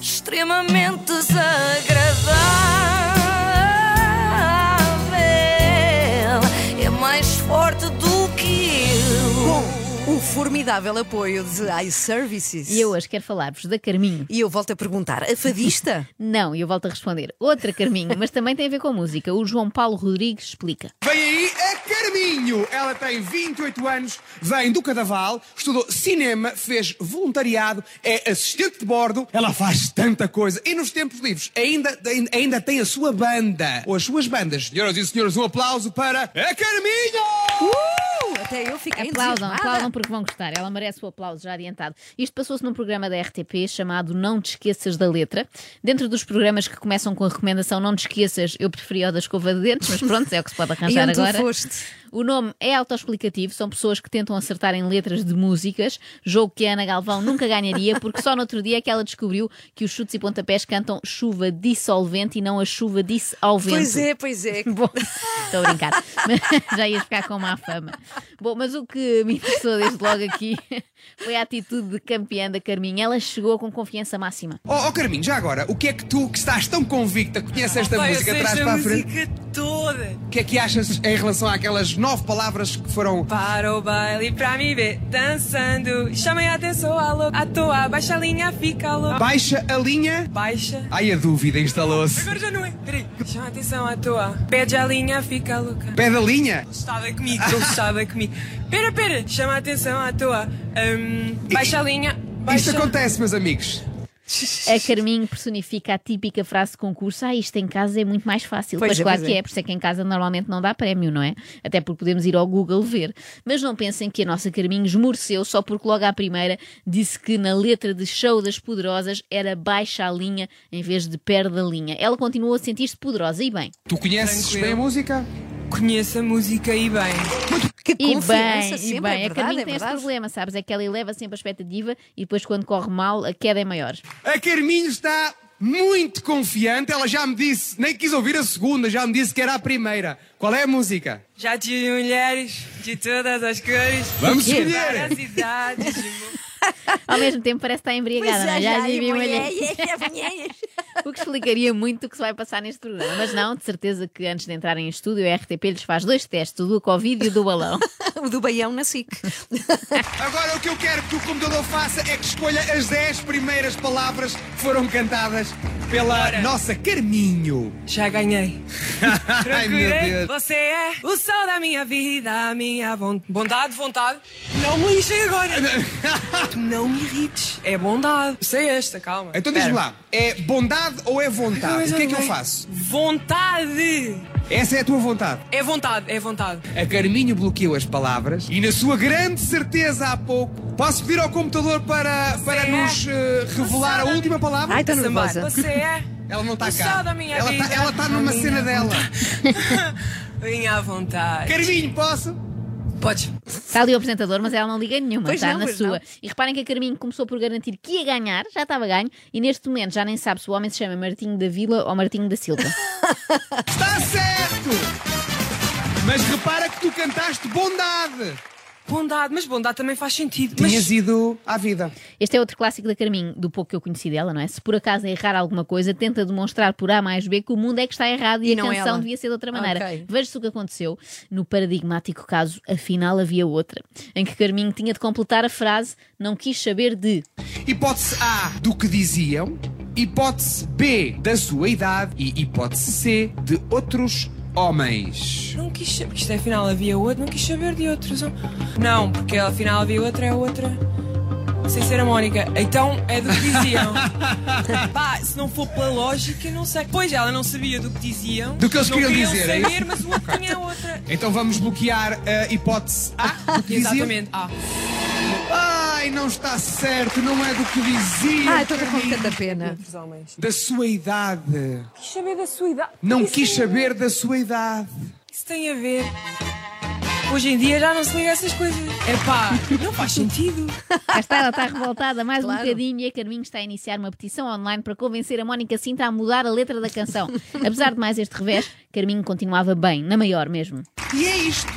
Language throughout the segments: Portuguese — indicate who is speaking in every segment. Speaker 1: extremamente desagradável. É mais forte do que eu.
Speaker 2: Com o um formidável apoio de iServices.
Speaker 3: E eu hoje quero falar-vos da Carminho.
Speaker 2: E eu volto a perguntar: a fadista?
Speaker 3: Não, e eu volto a responder outra Carminho, mas também tem a ver com música. O João Paulo Rodrigues explica.
Speaker 4: Vem aí a Carminho! Ela tem 28 anos, vem do Cadaval, estudou cinema, fez voluntariado, é assistente de bordo, ela faz tanta coisa e nos tempos livres ainda, ainda tem a sua banda, ou as suas bandas. Senhoras e senhores, um aplauso para a Carminho!
Speaker 2: Uh, até eu fiquei
Speaker 3: Aplaudam,
Speaker 2: entusiasmada.
Speaker 3: aplaudam porque vão gostar. Ela merece o aplauso já adiantado. Isto passou-se num programa da RTP chamado Não Te Esqueças da Letra. Dentro dos programas que começam com a recomendação Não Te Esqueças, eu preferia o da escova de dentes, mas pronto, é o que se
Speaker 2: E
Speaker 3: pode arranjar
Speaker 2: onde tu
Speaker 3: agora.
Speaker 2: foste?
Speaker 3: O nome é autoexplicativo, são pessoas que tentam acertar em letras de músicas, jogo que a Ana Galvão nunca ganharia, porque só no outro dia é que ela descobriu que os chutes e pontapés cantam chuva dissolvente e não a chuva disse ao vento.
Speaker 2: Pois é, pois é.
Speaker 3: Bom, estou a brincar. Mas Já ias ficar com má fama. Bom, mas o que me interessou desde logo aqui foi a atitude de campeã da Carminha. Ela chegou com confiança máxima.
Speaker 4: Oh, oh Carminho, já agora, o que é que tu, que estás tão convicta, que conheces esta
Speaker 5: Pai, eu
Speaker 4: música
Speaker 5: sei
Speaker 4: atrás
Speaker 5: esta
Speaker 4: para a frente,
Speaker 5: música toda.
Speaker 4: o que é que achas em relação àquelas nove palavras que foram
Speaker 5: Para o baile pra me ver dançando. Chamem a atenção, alô. À toa, baixa a linha, fica alô.
Speaker 4: baixa a linha?
Speaker 5: Baixa.
Speaker 4: Ai, a dúvida instalou-se.
Speaker 5: Agora já não é. Peraí. Chama a atenção, à toa. Pede a linha, fica louca.
Speaker 4: Pé da linha?
Speaker 5: Estava comigo, não estava comigo. Pera, pera. Chama a atenção, à toa. Hum, baixa a linha. Baixa.
Speaker 4: Isto é acontece, meus amigos.
Speaker 3: A Carminho personifica a típica frase de concurso: Ah, isto em casa é muito mais fácil.
Speaker 2: Pois
Speaker 3: mas
Speaker 2: é,
Speaker 3: claro
Speaker 2: pois
Speaker 3: que
Speaker 2: é.
Speaker 3: é, por isso é que em casa normalmente não dá prémio, não é? Até porque podemos ir ao Google ver. Mas não pensem que a nossa Carminho esmoreceu só porque logo à primeira disse que na letra de Show das Poderosas era baixa a linha em vez de perde a linha. Ela continuou a sentir-se poderosa e bem.
Speaker 4: Tu conheces
Speaker 5: Tranquilo.
Speaker 4: bem a música?
Speaker 5: Conheço a música e bem.
Speaker 2: Que
Speaker 3: E
Speaker 2: confiança
Speaker 3: bem,
Speaker 2: sempre,
Speaker 3: e bem.
Speaker 2: é
Speaker 3: a Carminho
Speaker 2: verdade, é
Speaker 3: tem este
Speaker 2: verdade.
Speaker 3: problema, sabes? É que ela eleva sempre a expectativa e depois quando corre mal a queda é maior.
Speaker 4: A Carminho está muito confiante. Ela já me disse, nem quis ouvir a segunda, já me disse que era a primeira. Qual é a música?
Speaker 5: Já tive mulheres de todas as cores.
Speaker 4: Vamos
Speaker 5: de
Speaker 4: escolher.
Speaker 5: várias idades. de mu-
Speaker 3: Ao mesmo tempo parece estar embriagada,
Speaker 2: Pois
Speaker 3: não é?
Speaker 2: é,
Speaker 3: já,
Speaker 2: já,
Speaker 3: lhe vi
Speaker 2: e
Speaker 3: uma
Speaker 2: mulher,
Speaker 3: olhada.
Speaker 2: e- e- e-
Speaker 3: O que explicaria muito o que se vai passar neste programa. Mas não, de certeza que antes de entrarem em estúdio, a RTP lhes faz dois testes, o do Covid e o do balão.
Speaker 2: O do Baião na SIC.
Speaker 4: Agora o que eu quero que o computador faça é que escolha as 10 primeiras palavras que foram cantadas pela nossa Carminho.
Speaker 5: Já ganhei.
Speaker 4: Ai, meu
Speaker 5: Procurei.
Speaker 4: Deus.
Speaker 5: Você é o sol da minha vida, a minha von- bondade, vontade. Não me lixem agora. Não me irrites. É bondade. Sei esta, calma.
Speaker 4: Então diz-me
Speaker 5: Espera.
Speaker 4: lá, é bondade ou é vontade? O que é que eu faço?
Speaker 5: Vontade.
Speaker 4: Essa é a tua vontade.
Speaker 5: É vontade, é vontade.
Speaker 4: A Carminho bloqueou as palavras e, na sua grande certeza há pouco, posso pedir ao computador para, para
Speaker 5: Sim.
Speaker 4: nos eh, revelar a última palavra?
Speaker 2: Ai, estou
Speaker 5: Sambar,
Speaker 2: nervosa.
Speaker 5: Você é
Speaker 4: Ela não está
Speaker 5: o
Speaker 4: cá.
Speaker 5: sol da minha
Speaker 4: ela
Speaker 5: vida.
Speaker 4: está ela tá numa
Speaker 5: a minha
Speaker 4: cena dela.
Speaker 5: Minha vontade.
Speaker 4: Carminho, posso?
Speaker 5: Podes.
Speaker 3: Está ali o apresentador, mas ela não liga nenhuma,
Speaker 2: Pois
Speaker 3: está
Speaker 2: não,
Speaker 3: na
Speaker 2: pois
Speaker 3: sua.
Speaker 2: não.
Speaker 3: E reparem que a Carminho começou por garantir que ia ganhar, já estava ganho, e neste momento já nem sabe se o homem se chama Martinho da Vila ou Martinho da Silva.
Speaker 4: Está certo! Mas repara que tu cantaste bondade.
Speaker 5: Bondade, mas bondade também faz sentido.
Speaker 4: Tinhas
Speaker 5: Mas
Speaker 4: ido à vida.
Speaker 3: Este é outro clássico da Carminho, do pouco que eu conheci dela, não é? Se por acaso errar alguma coisa, tenta demonstrar por A mais B que o mundo é que está errado e,
Speaker 2: E
Speaker 3: a
Speaker 2: não
Speaker 3: canção
Speaker 2: ela.
Speaker 3: devia ser de outra maneira.
Speaker 2: Ok.
Speaker 3: Veja-se o que aconteceu. No paradigmático caso, afinal havia outra, em que Carminho tinha de completar a frase não quis saber de.
Speaker 4: Hipótese A, do que diziam. Hipótese B, da sua idade. E hipótese C, de outros homens.
Speaker 5: não quis saber. Isto é afinal havia outro, não quis saber de outros. oh. Não, porque afinal havia outra, é outra. Sem ser a Mónica. Então é do que diziam. Pá, se não for pela lógica, não sei. Pois ela não sabia do que diziam.
Speaker 4: Do que eles
Speaker 5: não
Speaker 4: queriam dizer, é isso?
Speaker 5: saber, mas o outro tinha outra.
Speaker 4: Então vamos bloquear a hipótese A, do que diziam.
Speaker 5: Exatamente. Ah.
Speaker 4: Ai, não está certo, não é do que diziam.
Speaker 5: Ah,
Speaker 2: Ai, Ah, estou com
Speaker 4: Carminho.
Speaker 2: tanta pena.
Speaker 5: Outros homens.
Speaker 4: Da sua idade.
Speaker 5: Quis saber da sua idade.
Speaker 4: Não
Speaker 5: Isso
Speaker 4: quis
Speaker 5: tem-
Speaker 4: saber da sua idade.
Speaker 5: Isso tem a ver. Hoje em dia já não se liga a essas coisas. É pá, não faz sentido.
Speaker 3: Cá está, ela está revoltada mais um
Speaker 2: Claro.
Speaker 3: bocadinho e a Carminho está a iniciar uma petição online para convencer a Mónica Sinta a mudar a letra da canção. Apesar de mais este revés, Carminho continuava bem, na maior mesmo.
Speaker 4: E é isto.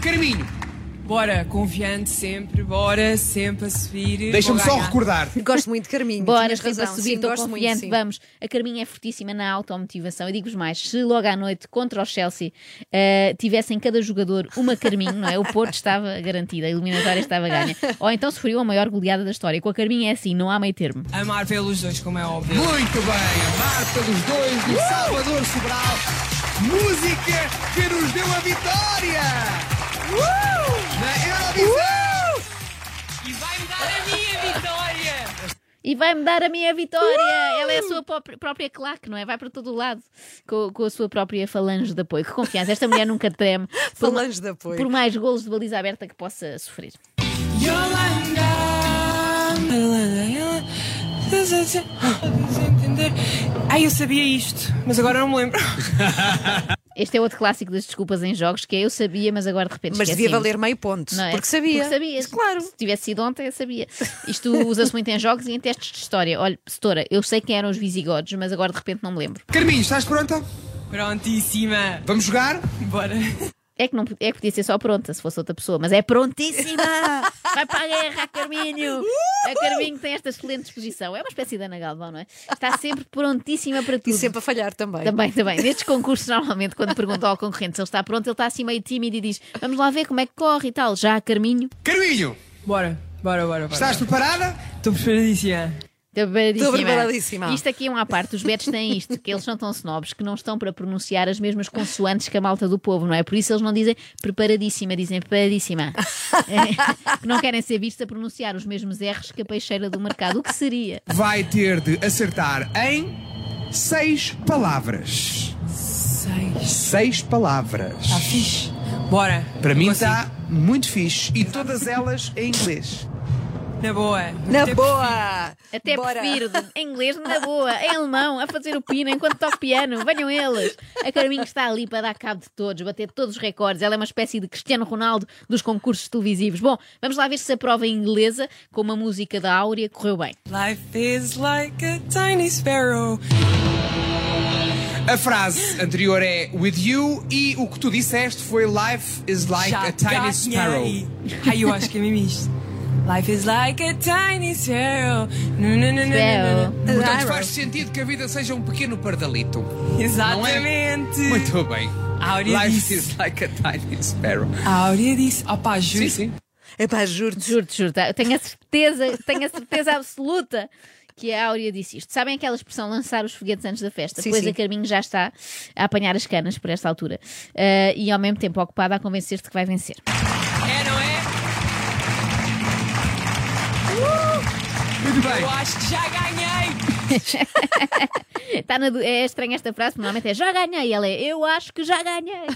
Speaker 4: Carminho,
Speaker 5: Bora, confiante sempre, bora, sempre a subir.
Speaker 4: Deixa-me
Speaker 5: vou
Speaker 4: só
Speaker 5: ganhar.
Speaker 4: recordar.
Speaker 2: Gosto muito de Carminho.
Speaker 3: Bora,
Speaker 2: tinhas
Speaker 3: estou para
Speaker 2: razão,
Speaker 3: subir,
Speaker 2: sim,
Speaker 3: estou
Speaker 2: gosto muito,
Speaker 3: confiante,
Speaker 2: sim.
Speaker 3: vamos. A Carminha é fortíssima na automotivação. E digo-vos mais: se logo à noite contra o Chelsea eh, tivessem cada jogador uma Carminho, não é? O Porto estava garantida, a eliminatória estava ganha. Ou então sofreu a maior goleada da história. Com a Carminha é assim, não há meio termo.
Speaker 5: Amar pelos dois, como é óbvio.
Speaker 4: Muito bem, a marca dos dois
Speaker 5: Uh!
Speaker 4: do Salvador Sobral. Música que nos deu a vitória!
Speaker 5: Uh!
Speaker 4: Na Eurovisão!
Speaker 5: E vai-me dar a minha vitória!
Speaker 3: E vai-me dar a minha vitória! Ela é a sua pró- própria claque, não é? Vai para todo o lado com, com a sua própria falange de apoio. Que confiança, esta mulher nunca treme por, ma-
Speaker 2: Falange de apoio.
Speaker 3: por mais golos de baliza aberta que possa sofrer.
Speaker 5: Yolanda, Yolanda, Yolanda. entender. Ai, eu sabia isto, mas agora não me lembro.
Speaker 3: Este é outro clássico das desculpas em jogos, que é eu sabia, mas agora de repente
Speaker 2: Mas devia
Speaker 3: esqueci-me.
Speaker 2: valer meio ponto.
Speaker 3: Não é?
Speaker 2: Porque sabia.
Speaker 3: Porque sabias.
Speaker 2: Claro.
Speaker 3: Se tivesse sido ontem, eu sabia. Isto usa-se muito em jogos e em testes de história. Olha, setora, eu sei quem eram os visigodos, mas agora de repente não me lembro.
Speaker 4: Carminho, estás pronta?
Speaker 5: Prontíssima.
Speaker 4: Vamos jogar?
Speaker 5: Bora.
Speaker 3: É que, não, é que podia ser só pronta, se fosse outra pessoa, mas é prontíssima! Vai para a guerra, a Carminho! A Carminho tem esta excelente disposição. É uma espécie de Ana Galvão, não é? Está sempre prontíssima para tudo.
Speaker 2: E sempre a falhar também.
Speaker 3: Também, também. Nestes concursos, normalmente, quando perguntam ao concorrente se ele está pronto, ele está assim meio tímido e diz: Vamos lá ver como é que corre e tal. Já a Carminho.
Speaker 4: Carminho,
Speaker 5: Bora, bora, bora. bora.
Speaker 4: estás preparada?
Speaker 5: Estou preparadíssima.
Speaker 3: Estou preparadíssima.
Speaker 2: Estou preparadíssima.
Speaker 3: Isto aqui é um à parte. Os betos têm isto, que eles são tão snobs que não estão para pronunciar as mesmas consoantes que a malta do povo, não é? Por isso eles não dizem preparadíssima, dizem preparadíssima. É, que não querem ser vistos a pronunciar os mesmos R's que a peixeira do mercado. O que seria?
Speaker 4: Vai ter de acertar em seis palavras.
Speaker 5: Seis.
Speaker 4: Seis palavras.
Speaker 5: Tá fixe. Bora.
Speaker 4: Para mim
Speaker 5: Consigo.
Speaker 4: está muito fixe. E todas elas em inglês.
Speaker 5: Na boa.
Speaker 2: Na
Speaker 5: Até
Speaker 2: boa!
Speaker 3: Até
Speaker 2: Bora.
Speaker 3: prefiro de- em inglês, na boa, em alemão, a fazer o pino enquanto toco piano. Venham eles. A Carminho está ali para dar cabo de todos, bater todos os recordes. Ela é uma espécie de Cristiano Ronaldo dos concursos televisivos. Bom, vamos lá ver se a prova inglesa com uma música da Áurea correu bem.
Speaker 5: Life is like a tiny sparrow.
Speaker 4: A frase anterior é with you e o que tu disseste foi life is like
Speaker 5: Já
Speaker 4: a tiny
Speaker 5: ganhei.
Speaker 4: sparrow.
Speaker 5: Ai, eu acho que é mesmo isto. Life is like a tiny sparrow. Nu, nu, nu, nu, nu,
Speaker 3: Sparrow.
Speaker 2: Então,
Speaker 5: nu.
Speaker 4: Portanto, faz sentido que a vida seja um pequeno pardalito.
Speaker 5: Exatamente.
Speaker 4: é? Muito bem.
Speaker 5: Áurea
Speaker 4: Life
Speaker 5: disse.
Speaker 4: is like a tiny sparrow.
Speaker 5: A Áurea disse. Opa, juro.
Speaker 4: Sim, sim.
Speaker 2: Epá, juro-te.
Speaker 3: Juro-te, juro tá? Eu tenho a certeza, tenho a certeza absoluta que a Áurea disse isto. Sabem aquela expressão lançar os foguetes antes da festa?
Speaker 2: Sim,
Speaker 3: pois
Speaker 2: sim.
Speaker 3: a Carminho já está a apanhar as canas por esta altura Eh, e ao mesmo tempo ocupada a convencer-te que vai vencer.
Speaker 5: É, não é?
Speaker 4: Muito
Speaker 5: Eu
Speaker 4: bem.
Speaker 5: acho que já ganhei.
Speaker 3: Está na du- é estranha esta frase, porque normalmente é já ganhei. Ela é eu acho que já ganhei.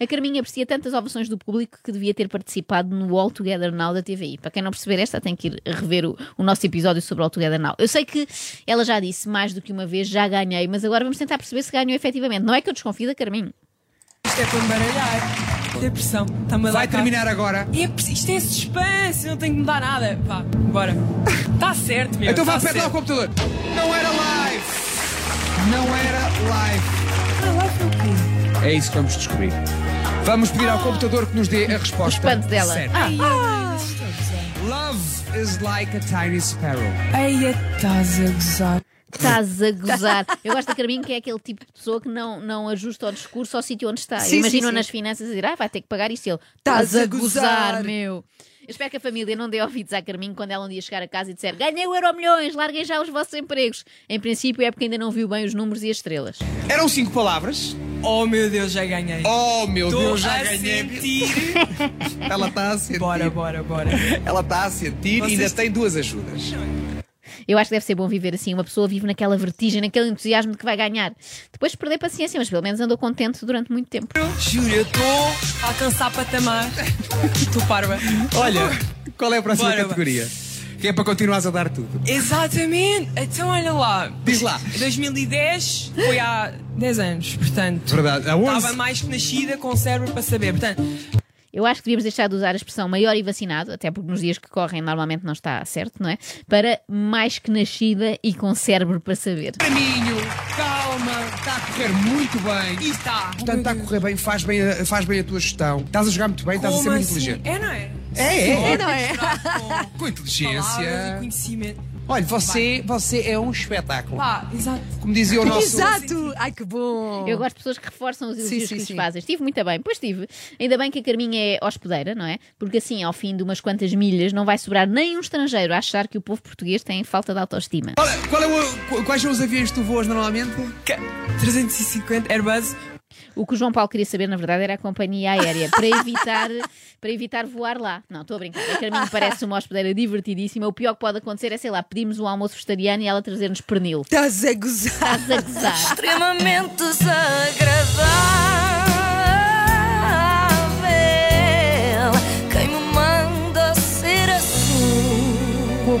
Speaker 3: A Carminha aprecia tantas ovações do público que devia ter participado no All Together Now da TVI. Para quem não perceber esta, tem que ir rever o, o nosso episódio sobre All Together Now. Eu sei que ela já disse mais do que uma vez já ganhei, mas agora vamos tentar perceber se ganhou efetivamente. Não é que eu desconfio da Carminho.
Speaker 5: Isto é para me baralhar. Tem pressão. Está-me a dar
Speaker 4: Vai
Speaker 5: cabo.
Speaker 4: terminar agora.
Speaker 5: E é preciso- isto é suspense, não tenho que mudar nada. Vá, bora. Está certo, meu.
Speaker 4: Então vá,
Speaker 5: tá
Speaker 4: pede lá o
Speaker 5: certo.
Speaker 4: computador. Não era live. Não era live.
Speaker 5: Ah, lá foi o quê?
Speaker 4: É isso que vamos descobrir. Vamos pedir ao computador que nos dê a resposta.
Speaker 3: espanto dela.
Speaker 4: certa.
Speaker 3: Ah,
Speaker 4: Love is like a tiny sparrow.
Speaker 5: Eia, estás a gozar.
Speaker 3: estás a gozar. Eu gosto da Carminho, que é aquele tipo de pessoa que não, não ajusta o discurso ao sítio onde está.
Speaker 2: Sim,
Speaker 3: Imagina
Speaker 2: sim,
Speaker 3: nas finanças a dizer, ah, vai ter que pagar isto. E ele,
Speaker 2: Estás a gozar."
Speaker 3: meu. Eu espero que a família não dê ouvidos à Carminho quando ela um dia chegar a casa e disser ganhei o euro milhões, larguem já os vossos empregos. Em princípio é porque ainda não viu bem os números e as estrelas.
Speaker 4: Eram cinco palavras.
Speaker 5: Oh, meu Deus, já ganhei.
Speaker 4: Oh, meu
Speaker 5: Estou
Speaker 4: Deus, já
Speaker 5: a
Speaker 4: ganhei.
Speaker 5: sentir.
Speaker 4: Ela está a sentir.
Speaker 5: bora, bora, bora.
Speaker 4: Ela está a sentir e
Speaker 5: Vocês-
Speaker 4: ainda tem duas ajudas.
Speaker 3: Eu acho que deve ser bom viver assim. Uma pessoa vive naquela vertigem, naquele entusiasmo de que vai ganhar. Depois de perder paciência, mas pelo menos andou contente durante muito tempo.
Speaker 5: Juro, eu estou a alcançar patamar. Estou parva.
Speaker 4: Olha, qual é a próxima
Speaker 5: Bora,
Speaker 4: categoria? Que é para continuares a dar tudo.
Speaker 5: Exatamente. Então, olha lá.
Speaker 4: Diz lá.
Speaker 5: 2010 foi há 10 anos, portanto.
Speaker 4: É Verdade. A 11.
Speaker 5: Estava mais que nascida com o cérebro para saber. Portanto,
Speaker 3: Eu acho que devíamos deixar de usar a expressão maior e vacinado, até porque nos dias que correm normalmente não está certo, não é? Para mais que nascida e com cérebro para saber.
Speaker 4: Caminho, calma, está a correr muito bem.
Speaker 5: e está.
Speaker 4: tá Portanto, está a correr bem, faz bem a, faz bem a tua gestão. Estás a jogar muito bem, estás a ser
Speaker 5: Como
Speaker 4: muito
Speaker 5: assim?
Speaker 4: inteligente.
Speaker 5: É, não é?
Speaker 4: É, é.
Speaker 2: não é?
Speaker 4: Com
Speaker 5: Palavras e
Speaker 4: inteligência.
Speaker 5: conhecimento.
Speaker 4: Olha, você, você é um espetáculo.
Speaker 5: Pá, exato.
Speaker 4: Como dizia o nosso.
Speaker 2: Exato! Ai que bom!
Speaker 3: Eu gosto de pessoas que reforçam os elogios
Speaker 2: Oh. sim,
Speaker 3: que lhes
Speaker 2: sim.
Speaker 3: fazem. Estive muito bem, pois estive. Ainda bem que a Carminha é hospedeira, não é? Porque assim, ao fim de umas quantas milhas, não vai sobrar nem um estrangeiro a achar que o povo português tem falta de autoestima.
Speaker 4: Qual é- qual é o- qu- quais são os aviões que tu voas normalmente?
Speaker 5: 350 Airbus.
Speaker 3: O que o João Paulo queria saber, na verdade, era a companhia aérea, para evitar, para evitar voar lá. Não, estou a brincar. A Carminho parece uma hospedeira divertidíssima. O pior que pode acontecer é, sei lá, pedimos um almoço vegetariano e ela trazer-nos pernil.
Speaker 2: Estás a gozar!
Speaker 3: Estás a gozar.
Speaker 1: extremamente desagradável. Quem me manda ser assim?
Speaker 2: Com o